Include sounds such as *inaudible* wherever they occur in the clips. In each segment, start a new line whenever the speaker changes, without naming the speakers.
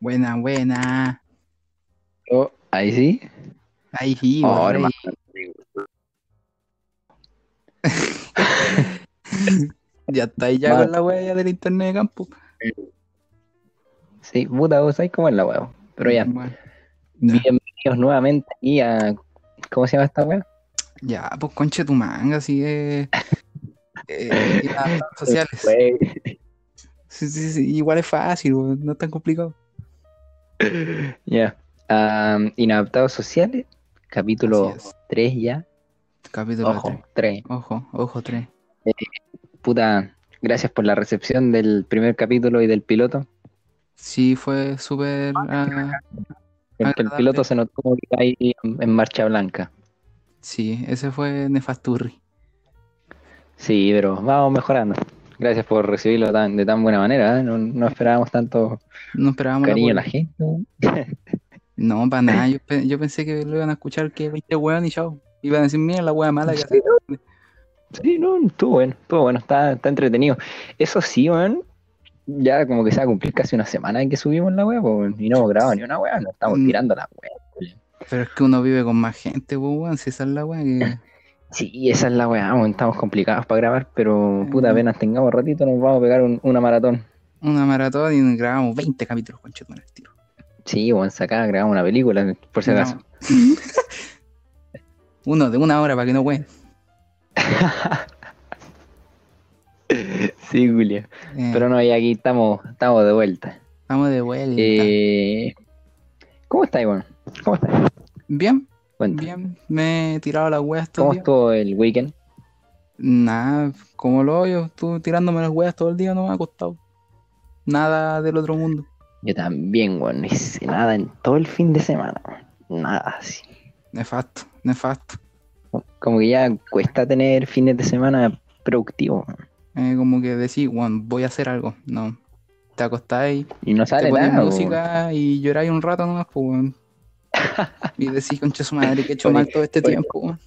Buena, buena.
Oh, ahí sí.
Ahí sí,
Oh,
güey.
hermano.
Ya está ahí ya
Va.
con la wea ya del internet de campo.
Sí, puta, vos sabés cómo es la huevo. Pero ya,
Bueno,
bienvenidos nuevamente aquí a. ¿Cómo se llama esta hueá?
ya, pues conche tu manga, así de. eh,
*laughs*
y las redes sociales.
Güey,
Sí, sí, sí, igual es fácil, güey, no es tan complicado.
Ya. Am, Inadaptados sociales, capítulo
Así es.
3 ya.
Capítulo
Ojo, 3.
3. Ojo, ojo 3.
Puta, gracias por la recepción del primer capítulo y del piloto.
Sí, fue súper. ah,
Porque el
Agradable.
piloto se notó como que ahí en en marcha blanca.
sí, ese fue Nefasturri.
Sí, pero vamos mejorando. Gracias por recibirlo tan- de tan buena manera. ¿eh? No, no esperábamos tanto
No esperábamos la
cariño de
pura-
la gente. weón.
No, para
*laughs*
nada. Yo, pe- yo pensé que lo iban a escuchar que 20 weón y chao. Iban a decir, mira la wea mala que
*laughs*
hace.
Sí, no, estuvo bueno, estuvo bueno, está, está entretenido. Eso sí, weón, ya como que se va a cumplir casi una semana en que subimos la wea, po, weón, y no hemos grabado ni una wea, no estamos
Mm.
tirando la wea.
Pero es que uno vive con más gente, po, weón. Si esa es la wea
*laughs*
que.
Sí, esa es la wea, weón, estamos complicados para grabar, pero puta,
Mm.
apenas tengamos ratito nos vamos a pegar un- una maratón.
Una maratón y grabamos 20 capítulos con Chetumar al tiro.
Sí, weón, sacada, grabamos una película, por si acaso.
No. *laughs* Uno de una hora para que no ween.
Sí, Julia.
Eh,
Pero no, y aquí estamos, estamos de vuelta.
Estamos de vuelta.
Eh, ¿Cómo estáis, weón? ¿Cómo estáis?
Bien,
Cuenta.
bien. Me he tirado las weas todo
¿Cómo
el día.
estuvo el weekend?
Nada, como lo yo, tú tirándome las weas todo el día no me ha costado. Nada del otro mundo.
Yo también, weón, no hice nada en todo el fin de semana, weón. Nada así.
Nefasto, nefasto.
Como que ya cuesta tener fines de semana productivos, weón.
Eh, como que decís, Juan, voy a hacer algo. No. Te acostáis,
Y no
te
sale
pones
nada, weón.
música y lloráis un rato nomás, pues, weón.
*laughs*
Y decís, concha su madre, que he hecho
Oye,
mal todo este
oye,
tiempo, weón.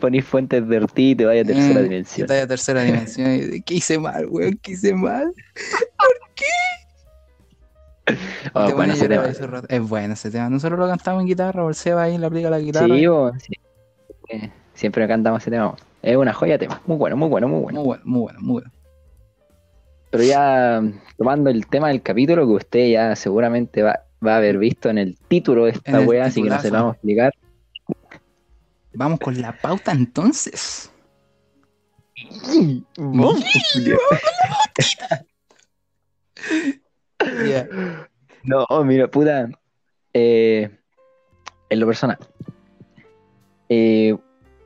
Ponís fuentes de Ortiz y te vaya a tercera
Eh,
dimensión.
Está de tercera dimensión. y de, ¿Qué hice mal, weón? ¿Qué hice mal?
Oh,
Te
Ah, bueno,
pones a
ese
llorar
tema.
ese rato. Es bueno ese tema. Nosotros lo cantamos en guitarra, o el Seba ahí le aplica la guitarra.
Sí, weón, sí. Eh, Siempre cantamos ese tema. weón. Es una joya tema. Muy bueno, muy bueno, muy bueno.
Muy bueno, muy bueno, muy bueno.
Pero ya mm, tomando el tema del capítulo que usted ya seguramente va, va a haber visto en el título de
En
esta
el
weá, así que no se
titulazo.
lo vamos
*laughs*
a explicar.
Vamos con la pauta
*laughs*
entonces.
Vamos, Julio.
Ya.
No, mira, puta. eh, en lo personal. Eh,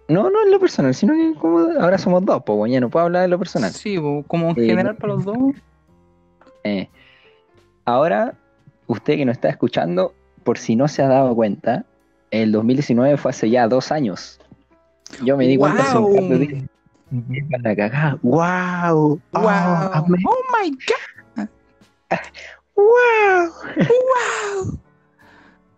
no, no en lo personal, sino que como ahora somos dos, pues bueno, ya no puedo hablar de lo personal.
Sí, po, como en
Eh,
general para los dos.
Eh, ahora, usted que nos está escuchando, por si no se ha dado cuenta, el 2019 fue hace ya dos años. Yo me di cuenta hace un par de
¡Guau!
días. La cagada. ¡Wow!
Wow.
Ah,
Oh my god.
*laughs* ¡Wow!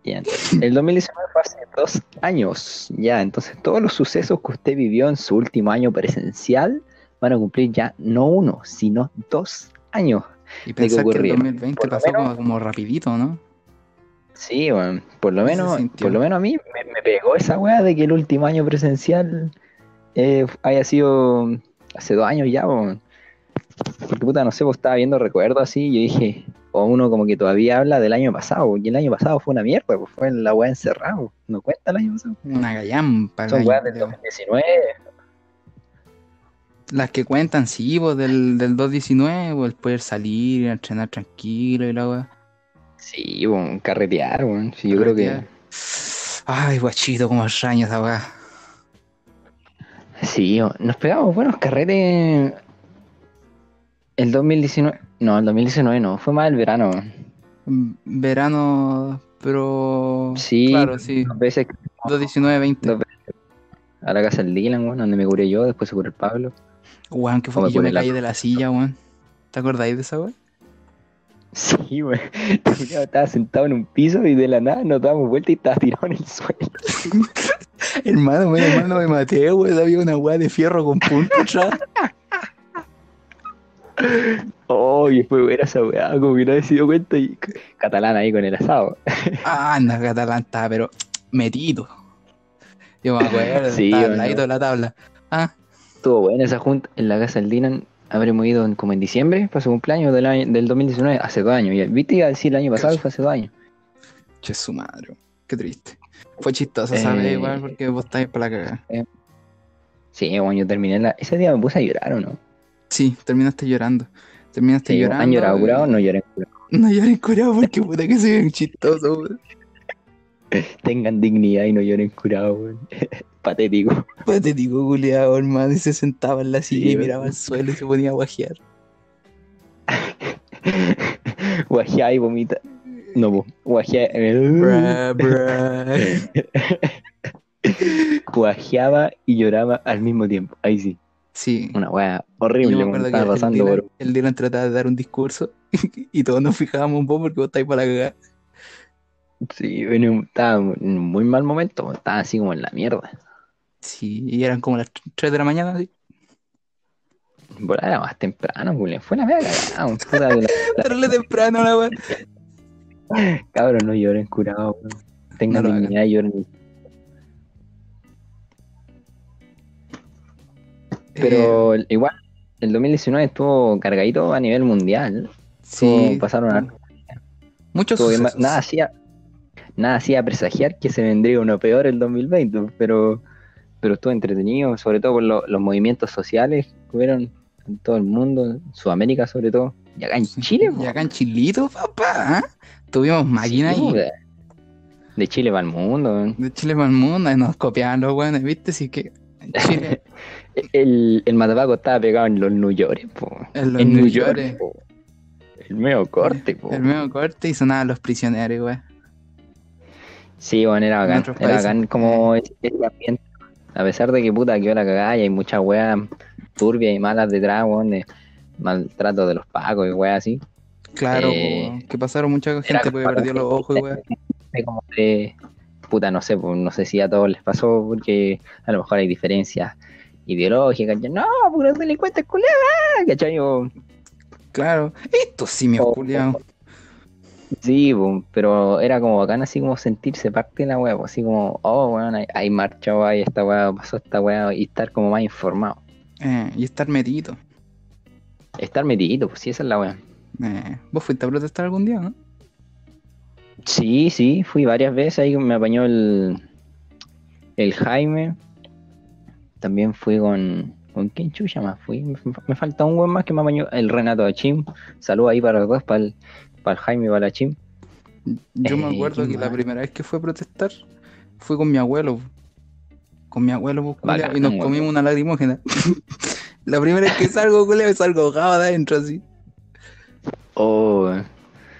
Bien. El 2019 fue hace dos años ya, entonces todos los sucesos que usted vivió en su último año presencial van a cumplir ya no uno, sino dos años.
Y pensar que el
ocurrieron.
2020
Por lo
pasó
menos-
como, como rapidito, ¿no?
Sí, bueno, por lo
Sí se
menos,
sintió.
por lo menos a mí me, me pegó esa weá de que el último año presencial eh, haya sido hace dos años ya, weón. Porque puta, no sé, vos estaba viendo recuerdos así y yo dije, o uno como que todavía habla del año pasado, y el año pasado fue una mierda, pues fue la weá encerrada, weón. no cuenta el año pasado.
Una gallampa.
Son
gallo,
weas del
ya.
2019,
Las que cuentan, sí, vos, del, del 219, vos, el poder salir, ir a entrenar tranquilo y la wea.
sí, weón, carretear, weón. Sí, yo creo que,
Ay, guachito, como extraño esa weá.
sí, weón. nos pegamos buenos carretes el 2019, no, el 2019 no, fue más el verano, weón.
Mm, Verano, pero.
Sí,
Claro, sí.
dos veces
219, 20.
Dos a la casa del Dylan, weón, donde me curé yo, después se curó el Pablo. *laughs*
Weón, que
No
fue
me
que yo
pone
me
la-
caí de la silla, weón. ¿Te acordáis de esa weá?
Sí, güey. Estaba sentado en un piso y de la nada nos dábamos vuelta y estaba tirado en el suelo. *laughs*
Hermano, weón, hermano, me maté, weón. Había una weá de fierro con punta atrás.
Oh, y después era esa weá, como que nadie se dio cuenta y catalán ahí con el asado.
Ah, anda, catalán estaba, pero metido. Yo me acuerdo,
Sí,
estaba al
bueno.
ladito de la tabla. Ah,
Estuvo buena esa junta en la casa del Dinan. Habremos ido en- como en diciembre, para su cumpleaños del, año, del 2019, hace dos años. Ya. ¿Viste? Iba a decir el año pasado, fue hace dos años.
che, su madre, qué triste. Fue chistoso, ¿sabes?
Eh.
Igual, porque vos estáis para la cagada.
Sí, bueno, yo terminé la... Ese día me puse a llorar, ¿o no?
Sí, terminaste llorando. Terminaste
Sí,
llorando.
¿Han llorado curado? No lloren curado.
No lloren curado porque puta que soy un chistoso, weón.
Tengan dignidad y no lloren curado, weón. *laughs* Patético.
Pues Patético culiado, hermano. Y se sentaba en la silla y
weón.
miraba al suelo y se ponía a
*laughs*
guajear.
*laughs* Guajá y vomita. No, po. eh, Guajá...
Bruh, bruh.
Guajeaba y lloraba al mismo tiempo. Ahí sí.
Sí.
Una wea
Yo
horrible,
me
weón,
acuerdo que
estaba
el
pasando
Dylan,
por...
el Dylan trataba de dar un discurso *laughs* y todos nos fijábamos un poco porque vos estáis para la cagada.
Sí, en un- estaba en un muy mal momento, weón, estaba así como en la mierda.
Sí, y eran como las 3 de la mañana. así.
Volá era más temprano, Julián. Fue la media cagada, weón. Puta, *laughs* la- la-
Pero le temprano, la weá.
Cabrón, no lloren curado, weón. Tengan
No lo
dignidad y lloren.
Eh,
Pero igual, el 2019 estuvo cargadito a nivel mundial.
sí,
pasaron a-
muchos
Estuvo bien ma-
sucesos.
nada hacía nada hacía presagiar que se vendría uno peor el 2020, pero pero estuvo entretenido, sobre todo por lo- los movimientos sociales que hubieron en todo el mundo, en Sudamérica sobre todo, y acá en Chile. po.
Y acá en Chilito, papá. ¿ah? Tuvimos máquina
Sí,
ahí.
po, de- De Chile para el mundo. weón.
De Chile para el mundo, y nos copiaban los weones, ¿viste? Así que en Chile,
*laughs* El, el matapaco estaba pegado en los New York, po.
en los
en
New York,
po. El medio corte, po.
el medio corte y sonaban los prisioneros, weón.
Sí, bueno, era
En
bacán.
otros
Era
países.
bacán como es- este ambiente. A pesar de que puta quedó la cagada y hay muchas weas turbias y malas detrás, weón, de maltrato de los pacos y weas así.
Claro,
Eh,
po, que pasaron mucha
era
gente porque
para-
perdió los ojos, weón.
Fue como de, puta, no sé, pues, no sé si a todos les pasó porque a lo mejor hay diferencias ideológicas. Ya, No, puros delincuentes culiados, ah, ¿cachai? O-
Claro, estos simios,
O-
culiados.
Sí, po, pero era como bacán así como sentirse parte de la wea, po, así como, oh, weón, hay, hay marcha, hay esta wea, pasó esta wea, y estar como más informado.
Eh, y estar metido.
Estar metidito, pues sí, esa es la wea.
Eh, ¿Vos fuiste a protestar algún día, no?
Sí, sí, fui varias veces, ahí me apañó el, el Jaime. También fui con... ¿Con quién chucha más fui? Me, me falta un buen más que me apañó el Renato Achim. Saludos ahí para los dos, para el, para el Jaime y para la Achim.
Yo me
Eh,
acuerdo
qué
que la
mal.
primera vez que fui a protestar fue con mi abuelo. po. Con mi abuelo, po, culiao,
Bacán,
y nos
weón.
comimos una lagrimógena. *laughs* la primera vez que salgo, culiao, salgo ahogado de adentro así.
Oh,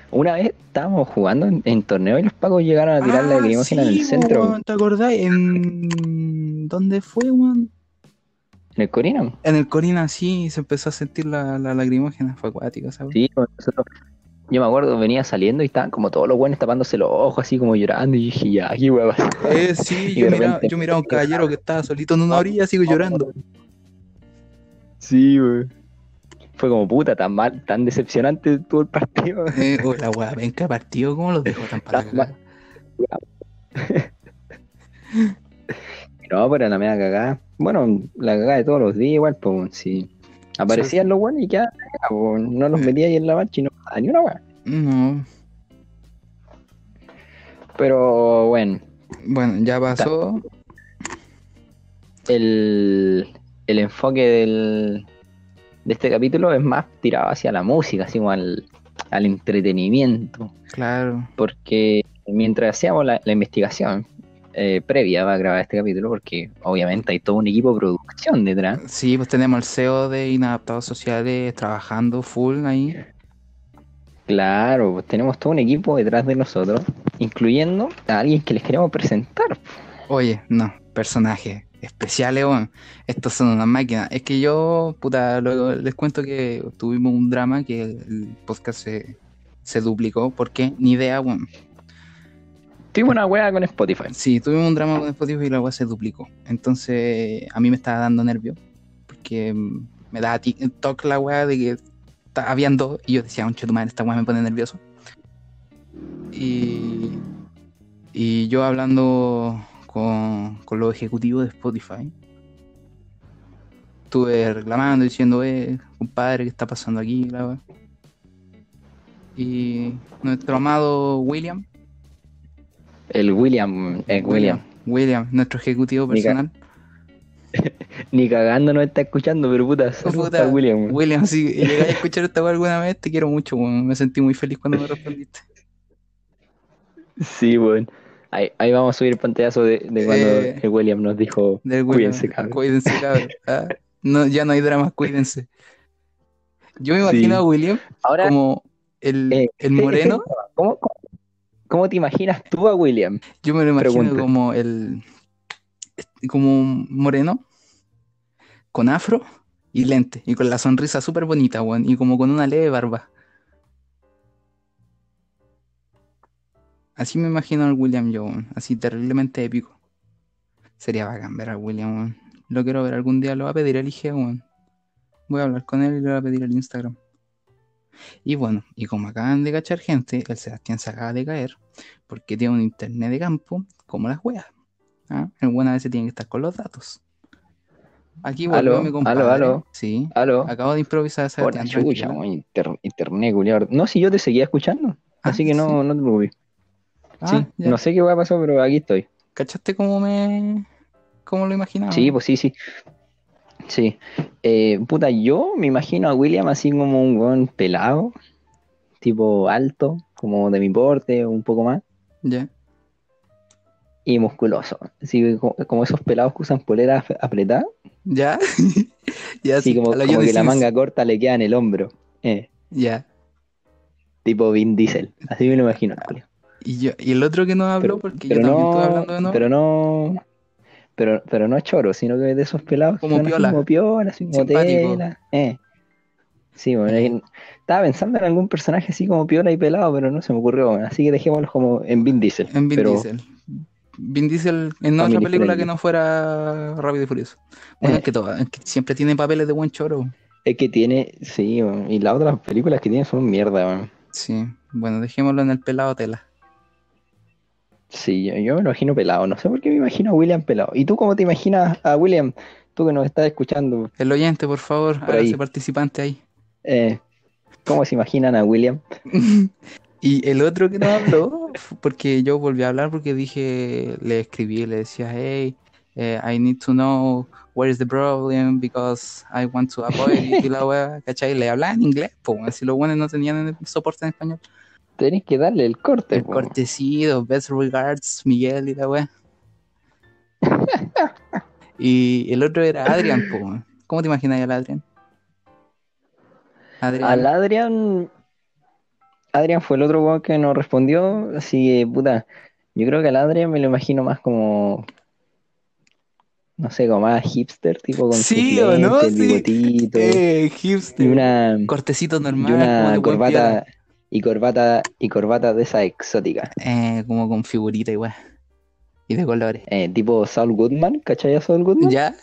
una vez estábamos jugando en, en torneo y los pacos llegaron a tirar
Ah,
la lacrimógena en
sí,
el
po,
centro,
weón, ¿Te acordás? En... ¿Dónde fue, weón?
en el Corino.
En el Corina, sí, se empezó a sentir la, la lagrimógena. Fue acuático, ¿sabes?
Sí, con nosotros- yo me acuerdo, venía saliendo y estaban como todos los buenos tapándose los ojos, así como llorando, y dije, ya, aquí huevas.
Eh, sí,
Y
yo
de
miraba,
repente-
yo miraba a un caballero que estaba solito en una orilla, sigo llorando.
Sí, güey. Fue como puta, tan mal, tan decepcionante todo el partido. *laughs*
Eh, oh, la weá, ven qué partido, ¿cómo los dejó tan para la
La-
cagada?
No, pero la media cagada. Bueno, la cagada de todos los días, igual, pues, si aparecían los buenos y ya, no los
Eh.
metía ahí en la marcha y no pasaba ni una weá.
No,
Pero bueno,
bueno, ya pasó.
el, el enfoque del, de este capítulo es más tirado hacia la música, así como al, al entretenimiento.
Claro,
porque mientras hacíamos la, la investigación eh, previa para grabar este capítulo, porque obviamente hay todo un equipo de producción detrás,
sí, pues tenemos el CEO de Inadaptados Sociales trabajando full ahí.
claro, pues tenemos todo un equipo detrás de nosotros, incluyendo a alguien que les queremos presentar.
Oye, no, personajes especiales, weón. Estos son unas máquinas. Es que yo, puta, luego les cuento que tuvimos un drama que el- el podcast se, se duplicó. porque Ni idea, weón.
Tuvimos una hueá con Spotify.
Sí, tuvimos un drama con Spotify y la weá se duplicó. Entonces, a mí me estaba dando nervio. Porque mm, me da tic- toc la weá de que ta- habían dos y yo decía, un tu madre, esta weá me pone nervioso. Y, y yo hablando con, con los ejecutivos de Spotify, estuve reclamando, diciendo, eh, compadre, ¿qué está pasando aquí? La weá? y nuestro amado William,
El William, el Eh, William.
William, nuestro ejecutivo
Mira.
personal,
Ni cagando no está escuchando, pero puta, saludos
Puta.
a William. weón.
William, si
*laughs*
llegáis a escuchar esta weá alguna vez, te quiero mucho, weón. me sentí muy feliz cuando me respondiste.
Sí, weón. Ahí, ahí vamos a subir el pantallazo de, de cuando
Eh,
el William nos dijo
Del güey,
Cuídense,
¿no?
cabrón.
Cuídense,
*laughs*
cabrón. Ah, No, ya no hay dramas, cuídense. Yo me imagino
Sí.
a William
Ahora,
como el,
Eh, *laughs*
el moreno.
¿cómo, cómo, cómo te imaginas tú a William?
Yo me lo imagino
Pregunta.
como el. como un moreno. Con afro y lente. Y con la sonrisa súper bonita, weón. Y como con una leve barba. Así me imagino al William yo, weón. Así terriblemente épico. Sería bacán ver al William, weón. Lo quiero ver algún día. Lo va a pedir el IG, weón. Voy a hablar con él y lo va a pedir el Instagram. Y bueno, y como acaban de cachar gente, el Sebastián se acaba de caer porque tiene un internet de campo como las weas. ¿ah? El buen a veces tiene que estar con los datos. Aquí volvió
Aló,
mi compadre.
aló, aló.
Sí.
Aló.
Acabo de improvisar esa
Por
tía,
la
tranquilo.
chucha, weón, inter- internet, culiao. No, si yo te seguía escuchando,
Ah,
así que no,
sí.
no te preocupes.
Ah,
sí,
ya.
no sé qué a pasar, pero aquí estoy.
¿Cachaste cómo me. cómo lo imaginaba?
Sí, pues sí, sí. Sí. Eh, puta, yo me imagino a William así como un weón pelado, tipo alto, como de mi porte, un poco más,
Ya. *laughs*
y musculoso. Así que co- como esos pelados que usan poleras ap- apretadas,
Ya. ya,
así
sí.
como,
a lo
como
Johnny
que la
Sins.
manga corta le queda en el hombro. eh,
Ya.
tipo Vin Diesel. Así me lo imagino.
Ah,
culiao.
Y, yo, y el otro que no habló,
Pero-
porque yo
Pero
también
no,
estuve hablando de nuevo.
pero no, pero, pero no choro, sino que de esos pelados que
Como
son así
piola.
como piola, así como
Simpático.
tela, eh. Sí, bueno, ahí- estaba pensando en algún personaje así como piola y pelado, pero no se me ocurrió, bueno, así que dejémoslo como en Vin Diesel.
en Vin
pero,
Diesel. Vin Diesel en otra
Family
película que
friendly.
no fuera Rápido y Furioso. Bueno,
Eh.
es que, toda, es que siempre tiene papeles de buen choro.
Es que tiene, sí, bueno, y las otras películas que tiene son mierda, bueno.
Sí. Bueno, dejémoslo en el pelado tela.
Sí, yo, yo me lo imagino pelado, no sé por qué me imagino a William pelado. ¿Y tú cómo te imaginas a William, tú que nos estás escuchando?
El oyente, por favor,
Por
hágase
ahí.
participante ahí.
eh, ¿cómo se imaginan a William?
Y el otro que no habló, f- porque yo volví a hablar porque dije, le escribí, le decía, hey, eh, I need to know where is the problem because I want to avoid it y la wea, ¿cachai? Le hablaba en inglés, pues, si los buenos no tenían el soporte en español.
Tenés que darle el corte,
El
po.
cortecido, best regards, Miguel y la wea. *laughs* Y el otro era Adrian, pues, ¿cómo te imaginas al Adrian? Adrian.
Al Adrian. Adrian fue el otro weón que nos respondió. Así que, puta. Yo creo que al Adrian me lo imagino más como. No sé, como más hipster, tipo con su
Sí, ¿o no?
lente, el
Sí.
bigotito.
eh,
Y
hipster.
una. y
Cortecito normal, como
una
de buen piola.
corbata. Y corbata. Y corbata de esa exótica.
Eh, como con figurita y weá. Y de colores.
Eh, tipo Saul Goodman, ¿cachai a Saul Goodman?
Ya,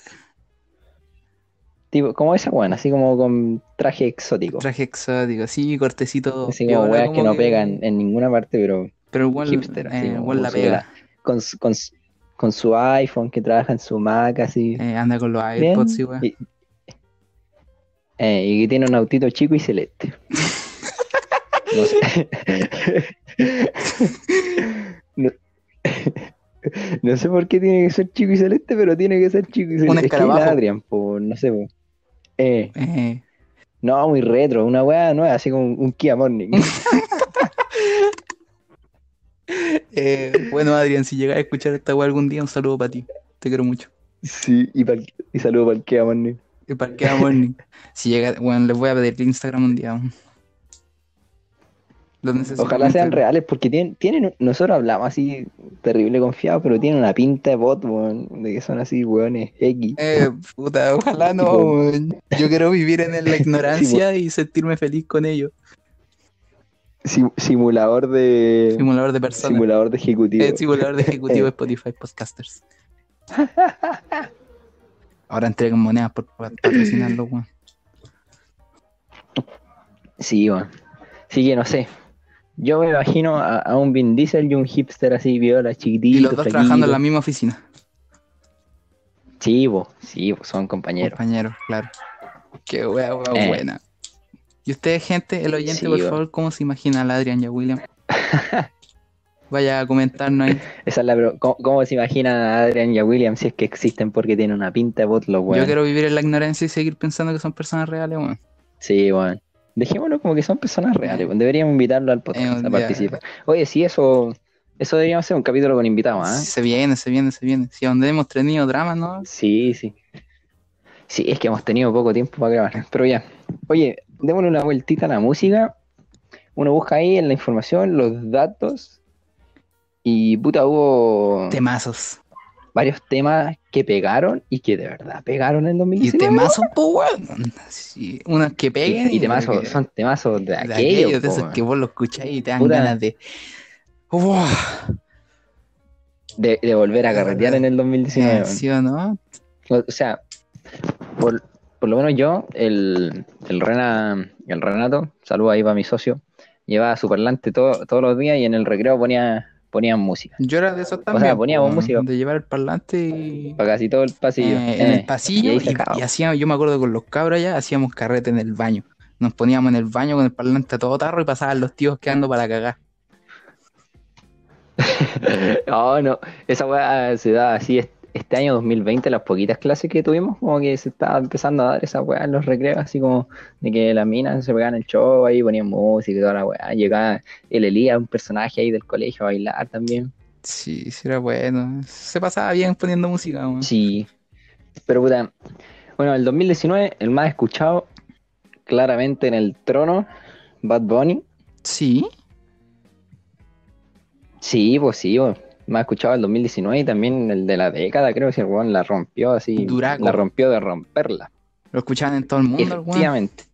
Tipo, como esa weón, así como con traje exótico.
traje exótico, sí, cortecito.
así como
piola,
weas que
como
no pegan en ninguna parte, pero.
Pero igual,
hipster, así
eh,
como
igual la
con su
pega.
con, su- con, su- con su iPhone, que trabaja en su Mac, así.
Eh, anda con los
bien,
iPods y weá.
y, eh, y que tiene un autito chico y celeste. No
*laughs*
sé. No- *laughs* No sé por qué tiene que ser chico y celeste, pero tiene que ser chico y celeste. Es que es la
escarabajo.
Adrian, po, no sé. po. Eh,
Eh,
no, muy retro, una weá nueva, así como un, un
*laughs*
Kia Morning.
eh, bueno, Adrián, si llegas a escuchar esta weá algún día, un saludo para ti. Te quiero mucho.
Sí, y, pa'l- y saludo para el Kia Morning.
El parquea morning. Si llega, bueno, les voy a pedir el Instagram un día. weón. Lo necesito
Ojalá
en
sean
Instagram.
reales, porque tienen, tienen, nosotros hablamos así terrible confiados, pero tienen una pinta de bot, weón, de que son así, weones, X.
Eh, puta, ojalá no. weón. Yo quiero vivir
*laughs*
en la ignorancia y sentirme feliz con ellos.
Sim- simulador de.
Simulador de personas.
simulador de ejecutivo.
Eh, simulador de *laughs* ejecutivo de Spotify *laughs* Podcasters. Ahora entregan monedas por patrocinarlo, weón.
Sí, weón. Sí que no sé. Yo me imagino a, a un Vin Diesel y un hipster así, viola, chiquitito.
Y los dos trabajando en la misma oficina.
Sí, bo, sí, bo, son compañeros.
Compañeros, claro. Qué wea, wea
Eh.
buena. Y ustedes, gente, el oyente,
Sí,
por
weón.
favor, ¿cómo se imagina al Adrian y a
*laughs*
William? Vaya a comentarnos ahí.
Esa es la pro- ¿Cómo, cómo se imaginan a Adrian y a William si es que existen porque tienen una pinta de botlo, weón?
Yo quiero vivir en la ignorancia y seguir pensando que son personas reales, weón.
Sí, weón. Dejémoslo como que son personas reales, weón. Deberíamos invitarlo al
Eh,
podcast
un
a
día.
participar. Oye, sí, eso, eso deberíamos hacer un capítulo con invitados, ¿ah?
Se viene, se viene, se viene. Si donde hemos tenido dramas, ¿no?
Sí, sí. Sí, es que hemos tenido poco tiempo para grabar, pero ya. Oye, démosle una vueltita a la música. Uno busca ahí en la información, los datos. Y puta, hubo
Temazos.
varios temas que pegaron y que de verdad pegaron en
Y
2019.
temazos, po, weón. Sí, unos que peguen.
Y, y temazos,
otros que-
son temazos de,
de
aquellos,
aquellos, de
po,
esos
man.
que vos lo escucháis y te dan
Puta.
ganas de. Uf,
de, de volver a carretear en el 2019.
eh,
man.
¿Sí o no?
O o sea, por, por lo menos yo, el, el, Rena, el Renato, saludo ahí para mi socio, llevaba su parlante todo- todos los días y en el recreo ponía, ponían música.
Yo era de esos
sea,
también.
poníamos
po,
música.
De llevar el parlante y.
Para casi todo el pasillo.
eh, en
Eh,
el pasillo
y ahí
y,
sacaba.
y hacíamos, yo me acuerdo con los cabros allá, hacíamos carrete en el baño. Nos poníamos en el baño con el parlante a todo tarro y pasaban los tíos quedando para cagar.
*laughs* No, no, esa weá se da así. es- Este año 2020, las poquitas clases que tuvimos, como que se estaba empezando a dar esa weá en los recreos, así como de que las minas se pegaban el show ahí, ponían música y toda la weá. Llegaba el Elías, un personaje ahí del colegio, a bailar también.
Sí, sí era bueno. Se pasaba bien poniendo música, weón.
Sí. Pero puta, bueno, el 2019, el más escuchado, claramente en el trono, Bad Bunny.
Sí.
Sí, pues sí, pues. más escuchado el 2019 y también el de la década, creo que el weón la rompió así,
Duraco.
la rompió de romperla.
Lo escuchaban en todo el mundo, el weón.
Efectivamente.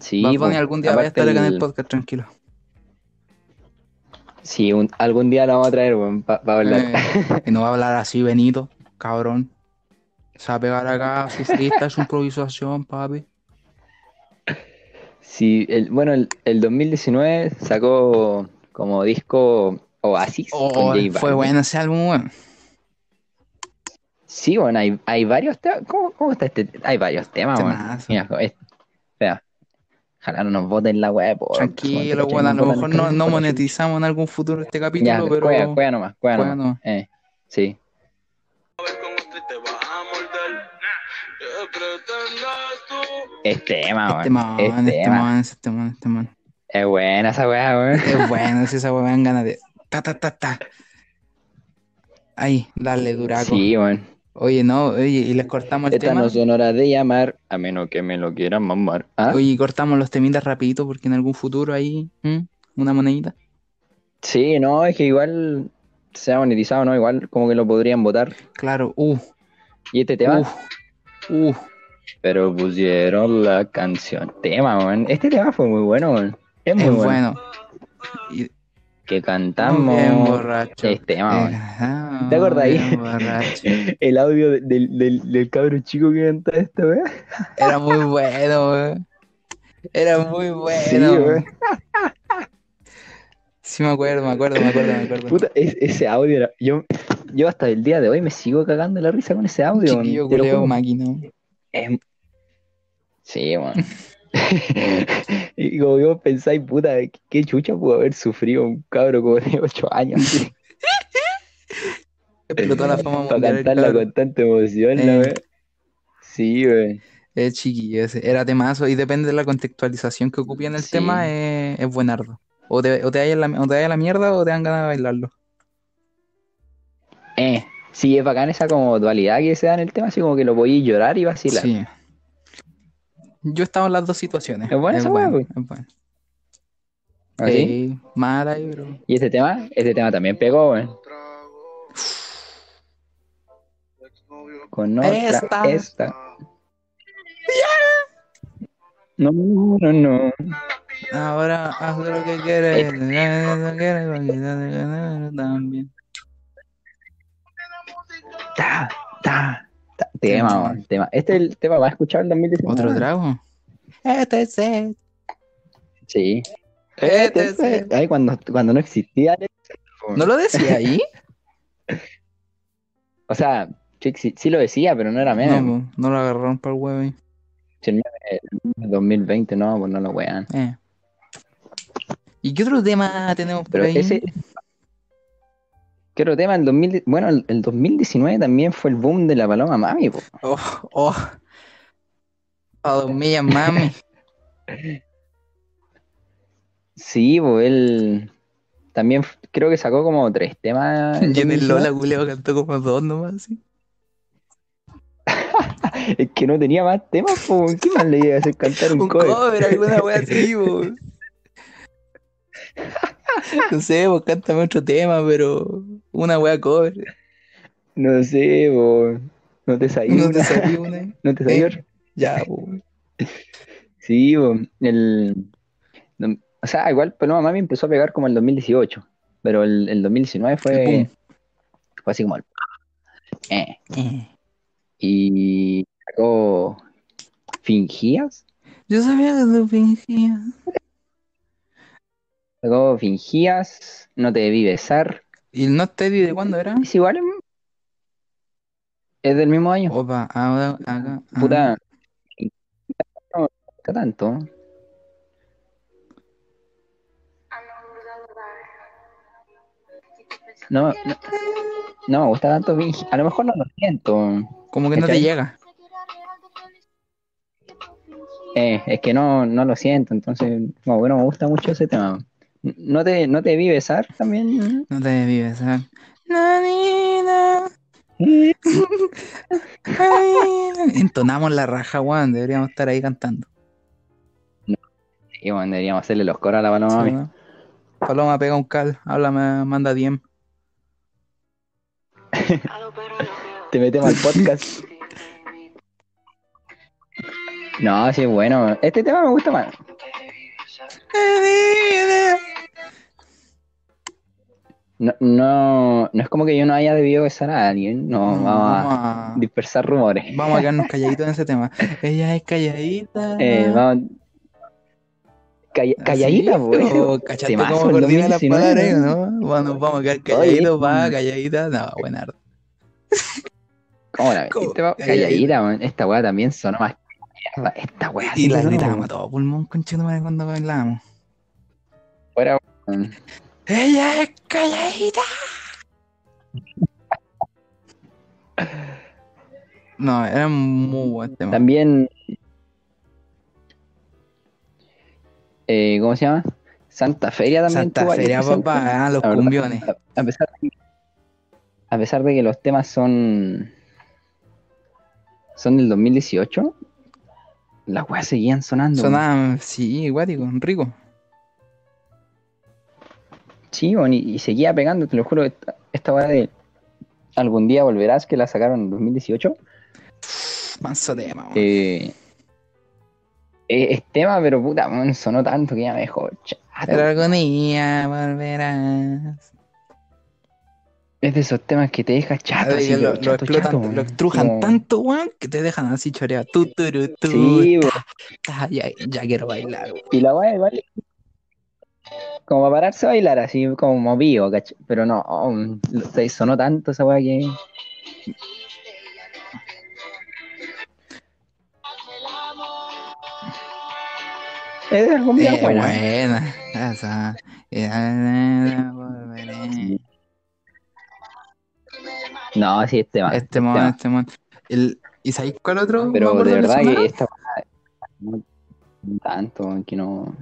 Sí,
Bad
po.
Bunny algún día vaya a
Aparte
estar acá en
el-
el podcast, tranquilo.
Sí, un- algún día la vamos a traer, para hablar.
Eh, y no va a hablar así, Benito, cabrón. Se va a pegar acá, su freestyle, su improvisación, papi.
*laughs* Sí, el, bueno, el, el 2019 sacó como disco Oasis *laughs* con
Oh,
J Balvin.
fue bueno ese álbum, weón.
Sí, bueno, hay, hay varios temas. ¿Cómo, cómo está este? Hay varios temas, weón.
Temazo.
Mira, jo- es- espera. Ojalá no nos voten la web, po,
Tranquilo,
porque
weón. A
nos
lo mejor
botan el
no, no
canal.
monetizamos en algún futuro este capítulo,
Ya,
pero.
cuea, cuea nomás, cuea
Cuea
nomás.
nomás.
Eh, sí. Es tema, weón.
Este man,
es
este
tema.
man, este man, este man.
Es buena esa weá, weón.
Es bueno, si esa weón me dan ganas de. Ta, ta, ta, ta. Ahí, dale, duraco.
Sí, weón.
Oye, no, oye, y les cortamos el
Estas
tema.
no son horas de llamar, a menos que me lo quieran mamar. ¿Ah?
Oye, y cortamos los temitas rapidito porque en algún futuro ahí, ¿m? una monedita.
Sí, no, es que igual sea monetizado, ¿no? Igual como que lo podrían votar.
Claro, uh,
Y este tema.
uh, uh.
Pero pusieron la canción. Tema, weón. Este tema fue muy bueno, weón. Es *laughs* muy
es
bueno.
bueno. Y-
Que cantamos.
Bien borracho.
Es tema,
Eh,
weón.
ah,
¿Te acordáis?
bien borracho.
*laughs* El audio de- del, del, del cabro chico que canta esto, weón.
Era muy bueno, weón. Era muy bueno.
Sí, weón.
Sí, me acuerdo, me acuerdo, me acuerdo, me acuerdo.
Puta, es- ese audio era. Yo, yo hasta el día de hoy me sigo cagando la risa con ese audio, weón.
Chiquillo
Te lo
culeo
juro.
máquina.
Es- Sí, weón. *laughs* y como yo pensáis, puta, qué chucha pudo haber sufrido un cabro como de 8 años así,
Explotó la fama
para
mundial. el
cantarla
cabrón.
con tanta emoción,
Eh.
la wea. Sí, weón.
Es chiquillo ese. Era temazo y depende de la contextualización que ocupía en el
Sí.
tema, eh, es buenardo. O te, o te vayas a la, o te vayas a la mierda o te dan ganas de bailarlo.
Eh, sí, es bacán esa como dualidad que se da en el tema, así como que lo voy a llorar y vacilar.
Sí. Yo he estado en las dos situaciones.
Es buena esa weá,
bueno,
güey.
es bueno.
¿Ah, sí?
Sí, mala ahí, pero.
Y este tema, este tema también pegó, weón. Con otra,
Esta.
*laughs* esta. No, no, no.
Ahora haz lo que quieres. haz lo que quieres, porque te hace ganar también.
Ta, ta, ta. Tema, weón, tema. Este es el tema más escuchado en 2019.
¿Otro trago? Este es el
Sí. Este
ETC.
Ay, cuando, cuando no existía Alexa, po.
Este ¿No lo decía
*laughs*
ahí?
O sea, sí, sí- sí lo decía, pero no era
no,
menos.
po, no lo agarraron para el huevo ahí.
En 2020 no, pues no lo wean.
Eh. ¿Y qué otro tema tenemos por
Pero
ahí?
ese. ¿Qué otro tema? El 2000, bueno, el, el 2019 también fue el boom de la paloma mami, po.
Oh, oh. A dos millas,
*laughs*
mami.
Sí, pues él también f- creo que sacó como tres
*laughs*
temas.
y en el
2019.
Lola Guleo cantó como dos nomás. ¿sí?
Es que no tenía más temas, pues. ¿Qué más le iba a hacer cantar un,
Un
cover?
cover, alguna wea
*laughs*
así, po. No sé, pues cántame otro tema, pero una wea cover.
No sé, pues. No te sabía.
No
una.
te sabía una.
No te sabía. otra.
Ya, pues.
Sí, bo, el, no- o sea, igual Paloma Mami empezó a pegar como el 2018, pero el, el 2019
El boom.
fue, fue así como el... eh, y sacó Fingías,
*laughs* Yo sabía que lo fingía.
sacó Fingías, No te debí besar,
¿Y el Not Teddy de cuándo era?
es igual, em, es del mismo año,
Opa, ahora, acá. ah.
puta, no, no tanto, no, no, no me gusta tanto Fingías, a lo mejor no lo siento.
Como que no te
¿Cachai?
llega.
Eh, es que no, no lo siento, entonces, no, bueno, me gusta mucho ese tema. ¿No te, no te vi besar también?
No te debí besar. Nanina, nanina. *laughs* Entonamos la raja, weón. Deberíamos estar ahí cantando.
Y bueno, deberíamos hacerle los coros a la paloma
Sí,
mami.
¿no? Paloma pega un cal. Háblame, manda 10.
Te metemos al podcast.
*laughs*
No, sí, bueno. Este tema me gusta más. No, no, no es como que yo no haya debido besar a alguien. No,
No,
vamos a
vamos a-
dispersar rumores.
Vamos a quedarnos calladitos en ese
*laughs*
tema. Ella es calladita.
Eh, vamos. Calla- calladita, pues.
O ¿Ah,
*laughs*
cachaste
Temazo,
oh, cómo
el
coordina las
2019,
palabras,
¿no?
¿no? Bueno, nos vamos a quedar calladitos,
Oye. pues.
va, calladita. No, buena.
¿Cómo la
¿Cómo?
metiste, po?
Calladita.
Calladita, man. Esta weá también sonó más. mierda. Esta weá
Y
sí
la
sonó.
gritábamos a todo pulmón, conchetumare, cuando hablábamos.
Fuera, weón.
¡Ella es calladita! No, era muy buen tema.
También. eh, ¿Cómo se llama? Santa Feria también.
Santa
tuvo varios
Feria,
presentes.
papá, ah, los
La verdad,
cumbiones.
A, a pesar de, a pesar de que los temas son. Son del 2018. Las weas seguían sonando. weón.
Sonaban, sí, guático, rico.
Sí, weón, y, y seguía pegando, te lo juro. Esta, esta wea de. Algún día volverás que la sacaron en 2018.
Manso tema, weón.
Eh, eh, es tema, pero puta, weón, sonó tanto que ya me dejó chato.
Pero algún día volverás.
Es de esos temas que te deja chato,
Ay,
así,
que lo,
pero
lo
chato,
explotan,
chato,
lo
weón.
estrujan
Como-
tanto, weón, que te dejan así choreado. Tú, tú, ru, tú,
Sí, weón.
ta, ya, ya quiero bailar, weón.
Y la weá igual. Como para pararse a bailar, así como movido, ¿cachai? Pero no, oh, mm, lo- se sonó tanto esa weá que. Es de algún día
Eh,
buena.
buena. Esa. Eh, volveré.
No, sí, es tema.
Este mon,
tema.
este mon. El- ¿Y sabéis cuál otro? me
Pero
acuerdo
de
que
verdad
sonaba?
que esta weá. no- no Tanto, weón, que no.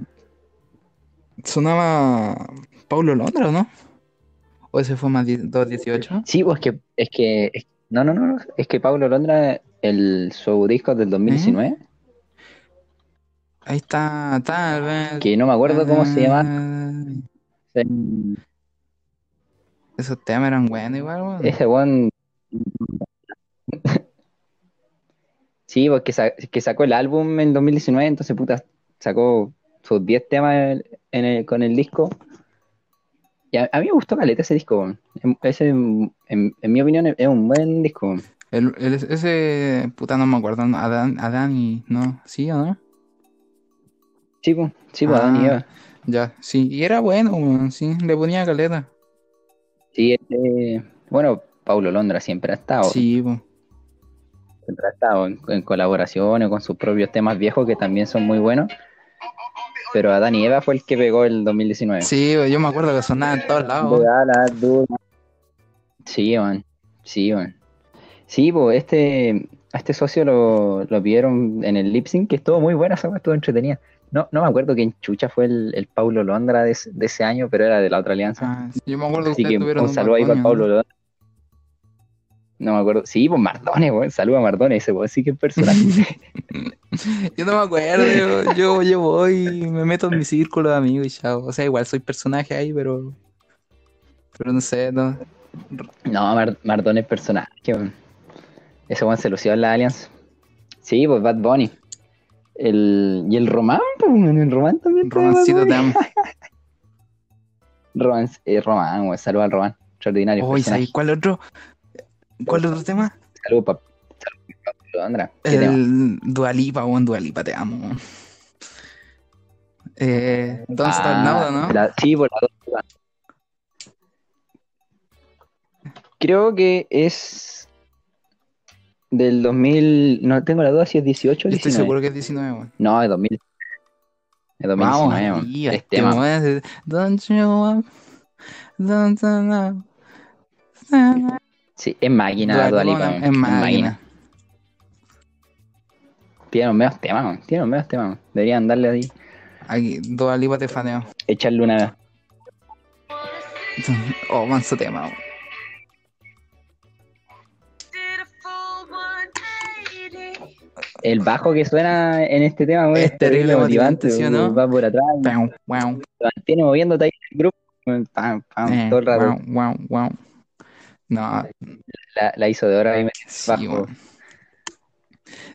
Sonaba Paulo Londra, ¿o ¿no? ¿O ese fue más die- 218?
Sí, pues que, es que. es- No, no, no, no, es que Pablo Londra, el, su disco del 2019,
Ahí está, tal vez.
que no me acuerdo cómo se
Ah.
llama.
Esos temas eran buenos igual, weón.
Ese one Sí, porque sa- que sacó el álbum en 2019, entonces puta, sacó sus 10 temas en- en el- con el disco. Y a, a mí me gustó caleta ese disco. weón. Em- Ese, en, en mi opinión, es un buen disco. weón.
El, el- ese puta no me acuerdo, ¿no? Adán, Adán y no, sí o no?
Sí, pues, sí, pues, Adán y
Ah.
Eva.
Ya, sí, y era bueno, weón, sí, le ponía caleta.
Sí, este, bueno, Paulo Londra siempre ha estado,
Sí, po.
siempre ha estado en, en colaboraciones con sus propios temas viejos que también son muy buenos. Pero Adán y Eva fue el que pegó el 2019.
sí, yo me acuerdo que sonaba en todos lados.
Le da la duda. Sí, man. Sí, man. Sí, po, este, a este socio lo, lo vieron en el lip sync, que estuvo muy buena esa wea, estuvo entretenida. No, no me acuerdo quién chucha fue el, el Paulo Londra de, ese- de ese año, pero era de la otra alianza.
Ah, sí, yo me acuerdo que
Así
ustedes
que
tuvieron
un saludo ahí para
matrimonio,
Pablo Londra. No me acuerdo. Sí, pues Mardones, weón. Saludo a Mardones, ese weón sí que es personal.
*laughs* ¿no? *laughs* Yo no me acuerdo, yo, yo, yo voy y me meto en mi círculo de amigos y chao. O sea, igual soy personaje ahí, pero. Pero no sé, no.
no, Mar- Mardones es personal. Ese weón se lució en la Alliance. Sí, pues Bad Bunny. El, y el Román, pues, weón, el Román también. está de Bad
Romancito
Bunny.
te amo.
*laughs* Román, eh, Román, weón. Saludo al Román. Extraordinario.
Oye,
personaje.
¿sabes cuál otro? ¿Cuál otro tema?
Saludo para Pablo Londra. ¿Qué tema?
El Dualipa, weón, Dualipa, te amo, weón. Eh, Don't Stop
Ah,
Now, ¿no?
la- sí, por la dos. Creo que es del 2000. No tengo la duda si es 18 o
Yo estoy
19.
seguro que es 19, weón.
No, es 2000. Es 2019.
Vamos,
man.
ahí,
Es
este
tema.
weón. Don't you want- don't you know.
Sí, es máquina la Dua Lipa,
Dualipa,
man.
Es máquina.
Tiene los medios temas, man. Tiene los medios temas. man. Deberían darle ahí.
Aquí, Dualipa te faneo. *laughs*
Echarle una.
Oh, manso tema, weón.
El bajo que suena en este tema, man,
Es terrible motivante, ¿sí o
man.
no?
Va por atrás. man.
Wow, wow,
Te mantiene moviéndote ahí en el grupo. man. Pam, pam,
eh,
todo el rato.
wow, wow, wow. No,
La, la hizo de hora y me
sí,
Bajo.
weón.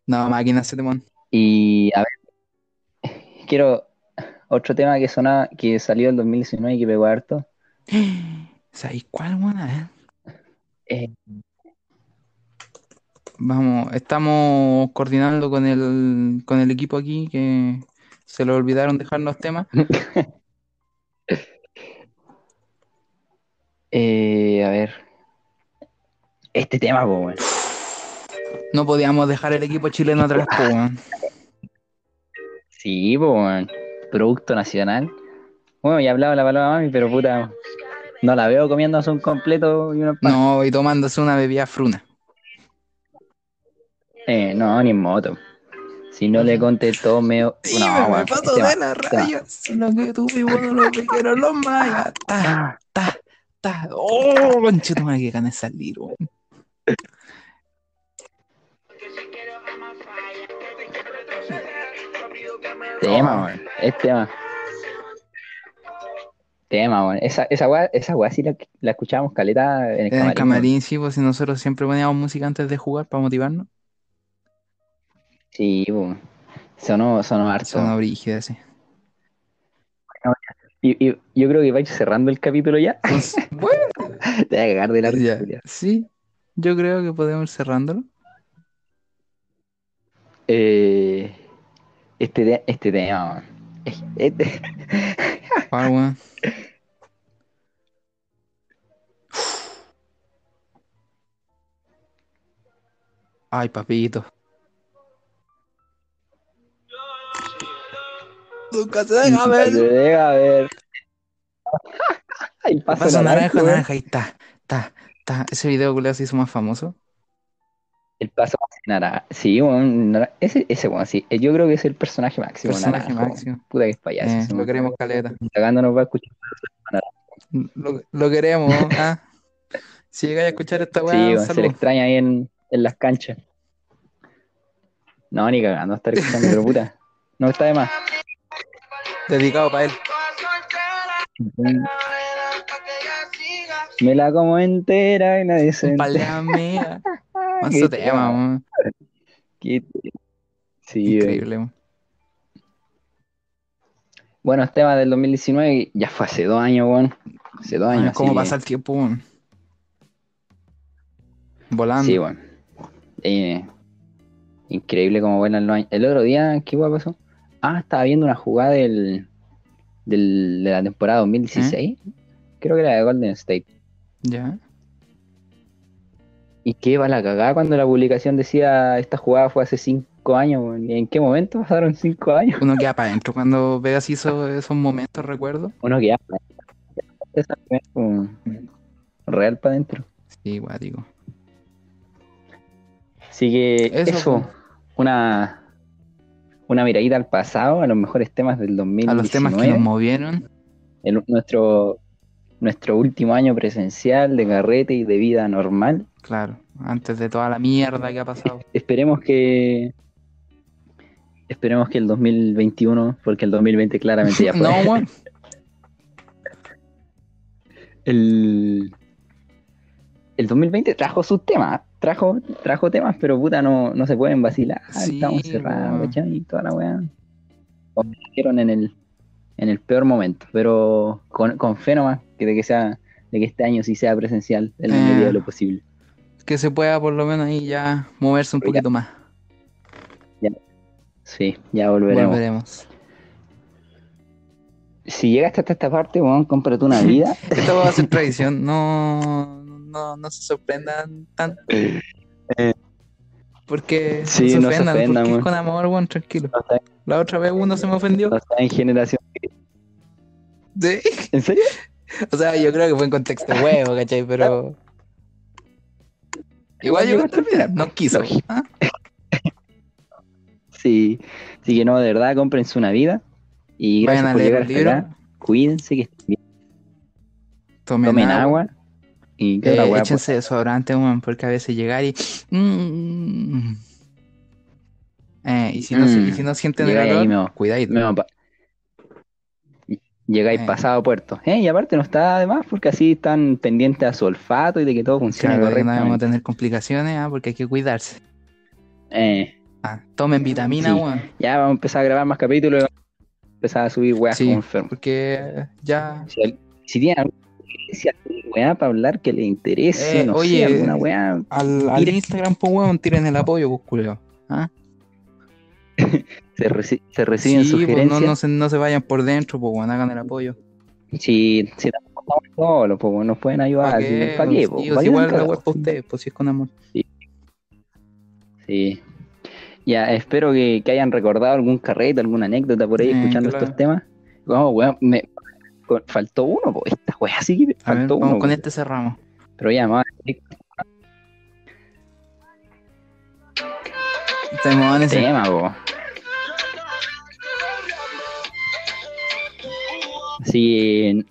No, máquina ese temón.
Y a ver, quiero otro tema que sonaba, que salió el 2019 y que pegó harto.
*gasps* ¿Sabéis cuál, weón? A ver.
Eh,
Vamos, estamos coordinando con el, con el equipo aquí que se le olvidaron dejar los temas.
eh, a ver. Este tema, po, weón.
No podíamos dejar el equipo chileno atrás, po, weón.
Sí, po, weón. Producto nacional. Bueno, ya hablaba la palabra mami, pero puta, no la veo comiéndose un completo y una pa-
No, y tomándose una bebida fruna.
Eh, no, ni en moto. Si no le conté todo, me... No, weón, este tema.
la
raya,
lo que tú no lo dijeron los mayas. Ta,
Ah,
ta, ta. Oh, conchetumare, que ganas de salir, weón.
tema, weón. Es tema. Tema, weón. Esa, esa weá, esa weá sí la, la escuchábamos caleta en el
En
camarín.
el
weón.
camarín, sí, pues si nosotros siempre poníamos música antes de jugar para motivarnos.
Sí, po. sonó, sonó harto.
Sonó brígida, sí.
Y, y yo creo que vais cerrando el capítulo ya. *laughs*
Pues, *laughs* bueno,
Te voy a cagar de la risa,
ya,
Julia.
sí, yo creo que podemos ir cerrándolo.
Eh, este, te- este tema, weón. Es- este-
Pa, weón. Ay, papito. Nunca se deja
*laughs*
ver.
Deja ver. *laughs* El paso
Paso
naranja,
naranja,
weón.
naranja, ahí está, está, está. Ese video culiao se hizo más famoso.
El paso naranja. Sí, weón, nara- Ese, ese weón, sí. Eh, Yo creo que es el personaje máximo.
Personaje
naranja, weón.
máximo.
Puta que es payaso.
Eh,
ese
lo
weón.
queremos caleta.
Cagando nos va a escuchar.
Lo, lo queremos, ah. Si llegáis a escuchar esta
sí,
weá,
weón, se le
saludos.
extraña ahí en, en las canchas. No, ni cagando, estar escuchando, pero puta. No está de más.
Dedicado para él.
Me la como entera y nadie se
Un par de
entera.
amigas. Más
Qué
su
tema.
tema, weón.
Qué- Sí, weón.
Increíble, weón.
bueno, este tema del 2019 ya fue hace dos años, weón. Hace dos años.
Ah, ¿Cómo
así que-
pasa el tiempo, weón? Volando.
Sí, bueno. Eh, increíble cómo vuelan los años. El otro día, ¿qué guay pasó? Ah, estaba viendo una jugada del, del- de la temporada 2016. Creo que era de Golden State.
Ya.
Y qué va la cagada cuando la publicación decía esta jugada fue hace cinco años. weón. ¿Y en qué momento pasaron cinco años?
Uno queda para adentro cuando Vegas hizo esos momentos, recuerdo.
Uno que ya. *laughs* Esa primera, weón, Real para adentro.
Sí, guático.
Así que
Eso, pues.
eso,
po.
una, una miradita al pasado, a los mejores temas del 2019.
A los temas que nos movieron.
el- nuestro, nuestro último año presencial de carrete y de vida normal.
Claro, antes de toda la mierda que ha pasado.
Esperemos que esperemos que el 2021, porque el 2020
*laughs*
claramente ya pues. fue.
No, weón.
El, el 2020 trajo sus temas, trajo trajo temas, pero puta no, no se pueden vacilar,
Sí,
estamos cerrados,
weón.
¿cachai? Y toda la weá. O me dijeron en el en el peor momento, pero con, con fe nomás que de que sea de que este año sí sea presencial en la
Eh.
medida de lo posible.
Que se pueda por lo menos ahí ya moverse un
Pero ya
poquito más.
Sí, ya volveremos.
Volveremos.
Si llegaste hasta esta parte, weón, cómprate
*laughs*
una vida.
Esto va a ser tradición. No, no, no se sorprendan tanto. Porque
Eh, sí,
no
no
se
se
ofendan,
ofendan,
porque es
weón.
con amor, weón, tranquilo.
No está,
La otra vez uno se me ofendió.
no está en generación.
Sí.
¿En serio?
O sea, yo creo que fue en
*laughs*
contexto huevo, ¿cachai? Pero. Igual llegó hasta el final, no quiso. ¿ah?
Sí. Así que no, de verdad, cómprense una vida. Y gracias
Vayan a
por
leer
llegar
el
hasta
libro,
acá. Cuídense, que estén bien.
tomen,
tomen
agua.
agua. Y que
Eh,
la weá, pues,
échense desodorante, weón, porque a veces llegar y. Mm. Eh, y, si no,
Mm.
y si no sienten el
Llega ahí,
calor,
meo.
cuidadito.
me va pa- Llegáis
Eh.
pasado a puerto. Eh, y aparte no está además porque así están pendientes a su olfato y de que todo funcione
Claro, que no vamos a
correctamente.
tener complicaciones, ah, porque hay que cuidarse.
Eh,
Ah, tomen vitamina,
Sí.
weón,
ya vamos a empezar a grabar más capítulos y vamos a empezar a subir weas
Sí.
como enfermos.
porque ya.
Si, al- si tienen alguna sugerencia, alguna weá para hablar que les interese,
Eh,
no
oye,
sé, alguna weá,
Al, al
Tire-
Instagram, pues, weón, tiren el apoyo, pues, culiao. ¿Ah?
se, reci- se
Sí,
reciben
pues, no,
sugerencias.
no, se, no se vayan por dentro, pues, weón, hagan el apoyo.
Si, si tampoco estamos solos, pues, nos pueden ayudar.
¿Para
¿Para
qué? Pues
qué? ¿Para qué?
Sí,
po?
o si
¿Pa' qué
igual
tan
la
cagados?
web para ustedes, pues si es con amor.
Sí. Ya, espero que, que hayan recordado algún carrete, alguna anécdota por ahí
Eh,
escuchando
claro.
estos temas. Vamos, weón, me co- faltó uno, po. Esta weá sí que
A ver,
faltó
vamos
uno.
con
po.
este cerramos.
Pero ya, más.
Estamos en ese.
tema, po. Así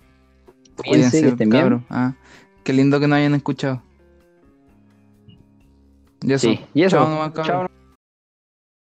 que cuídense, que estén bien.
cabros. Ah, qué lindo que nos hayan escuchado. Y eso.
Sí, y eso.
Chao nomás, cabros.
Chao.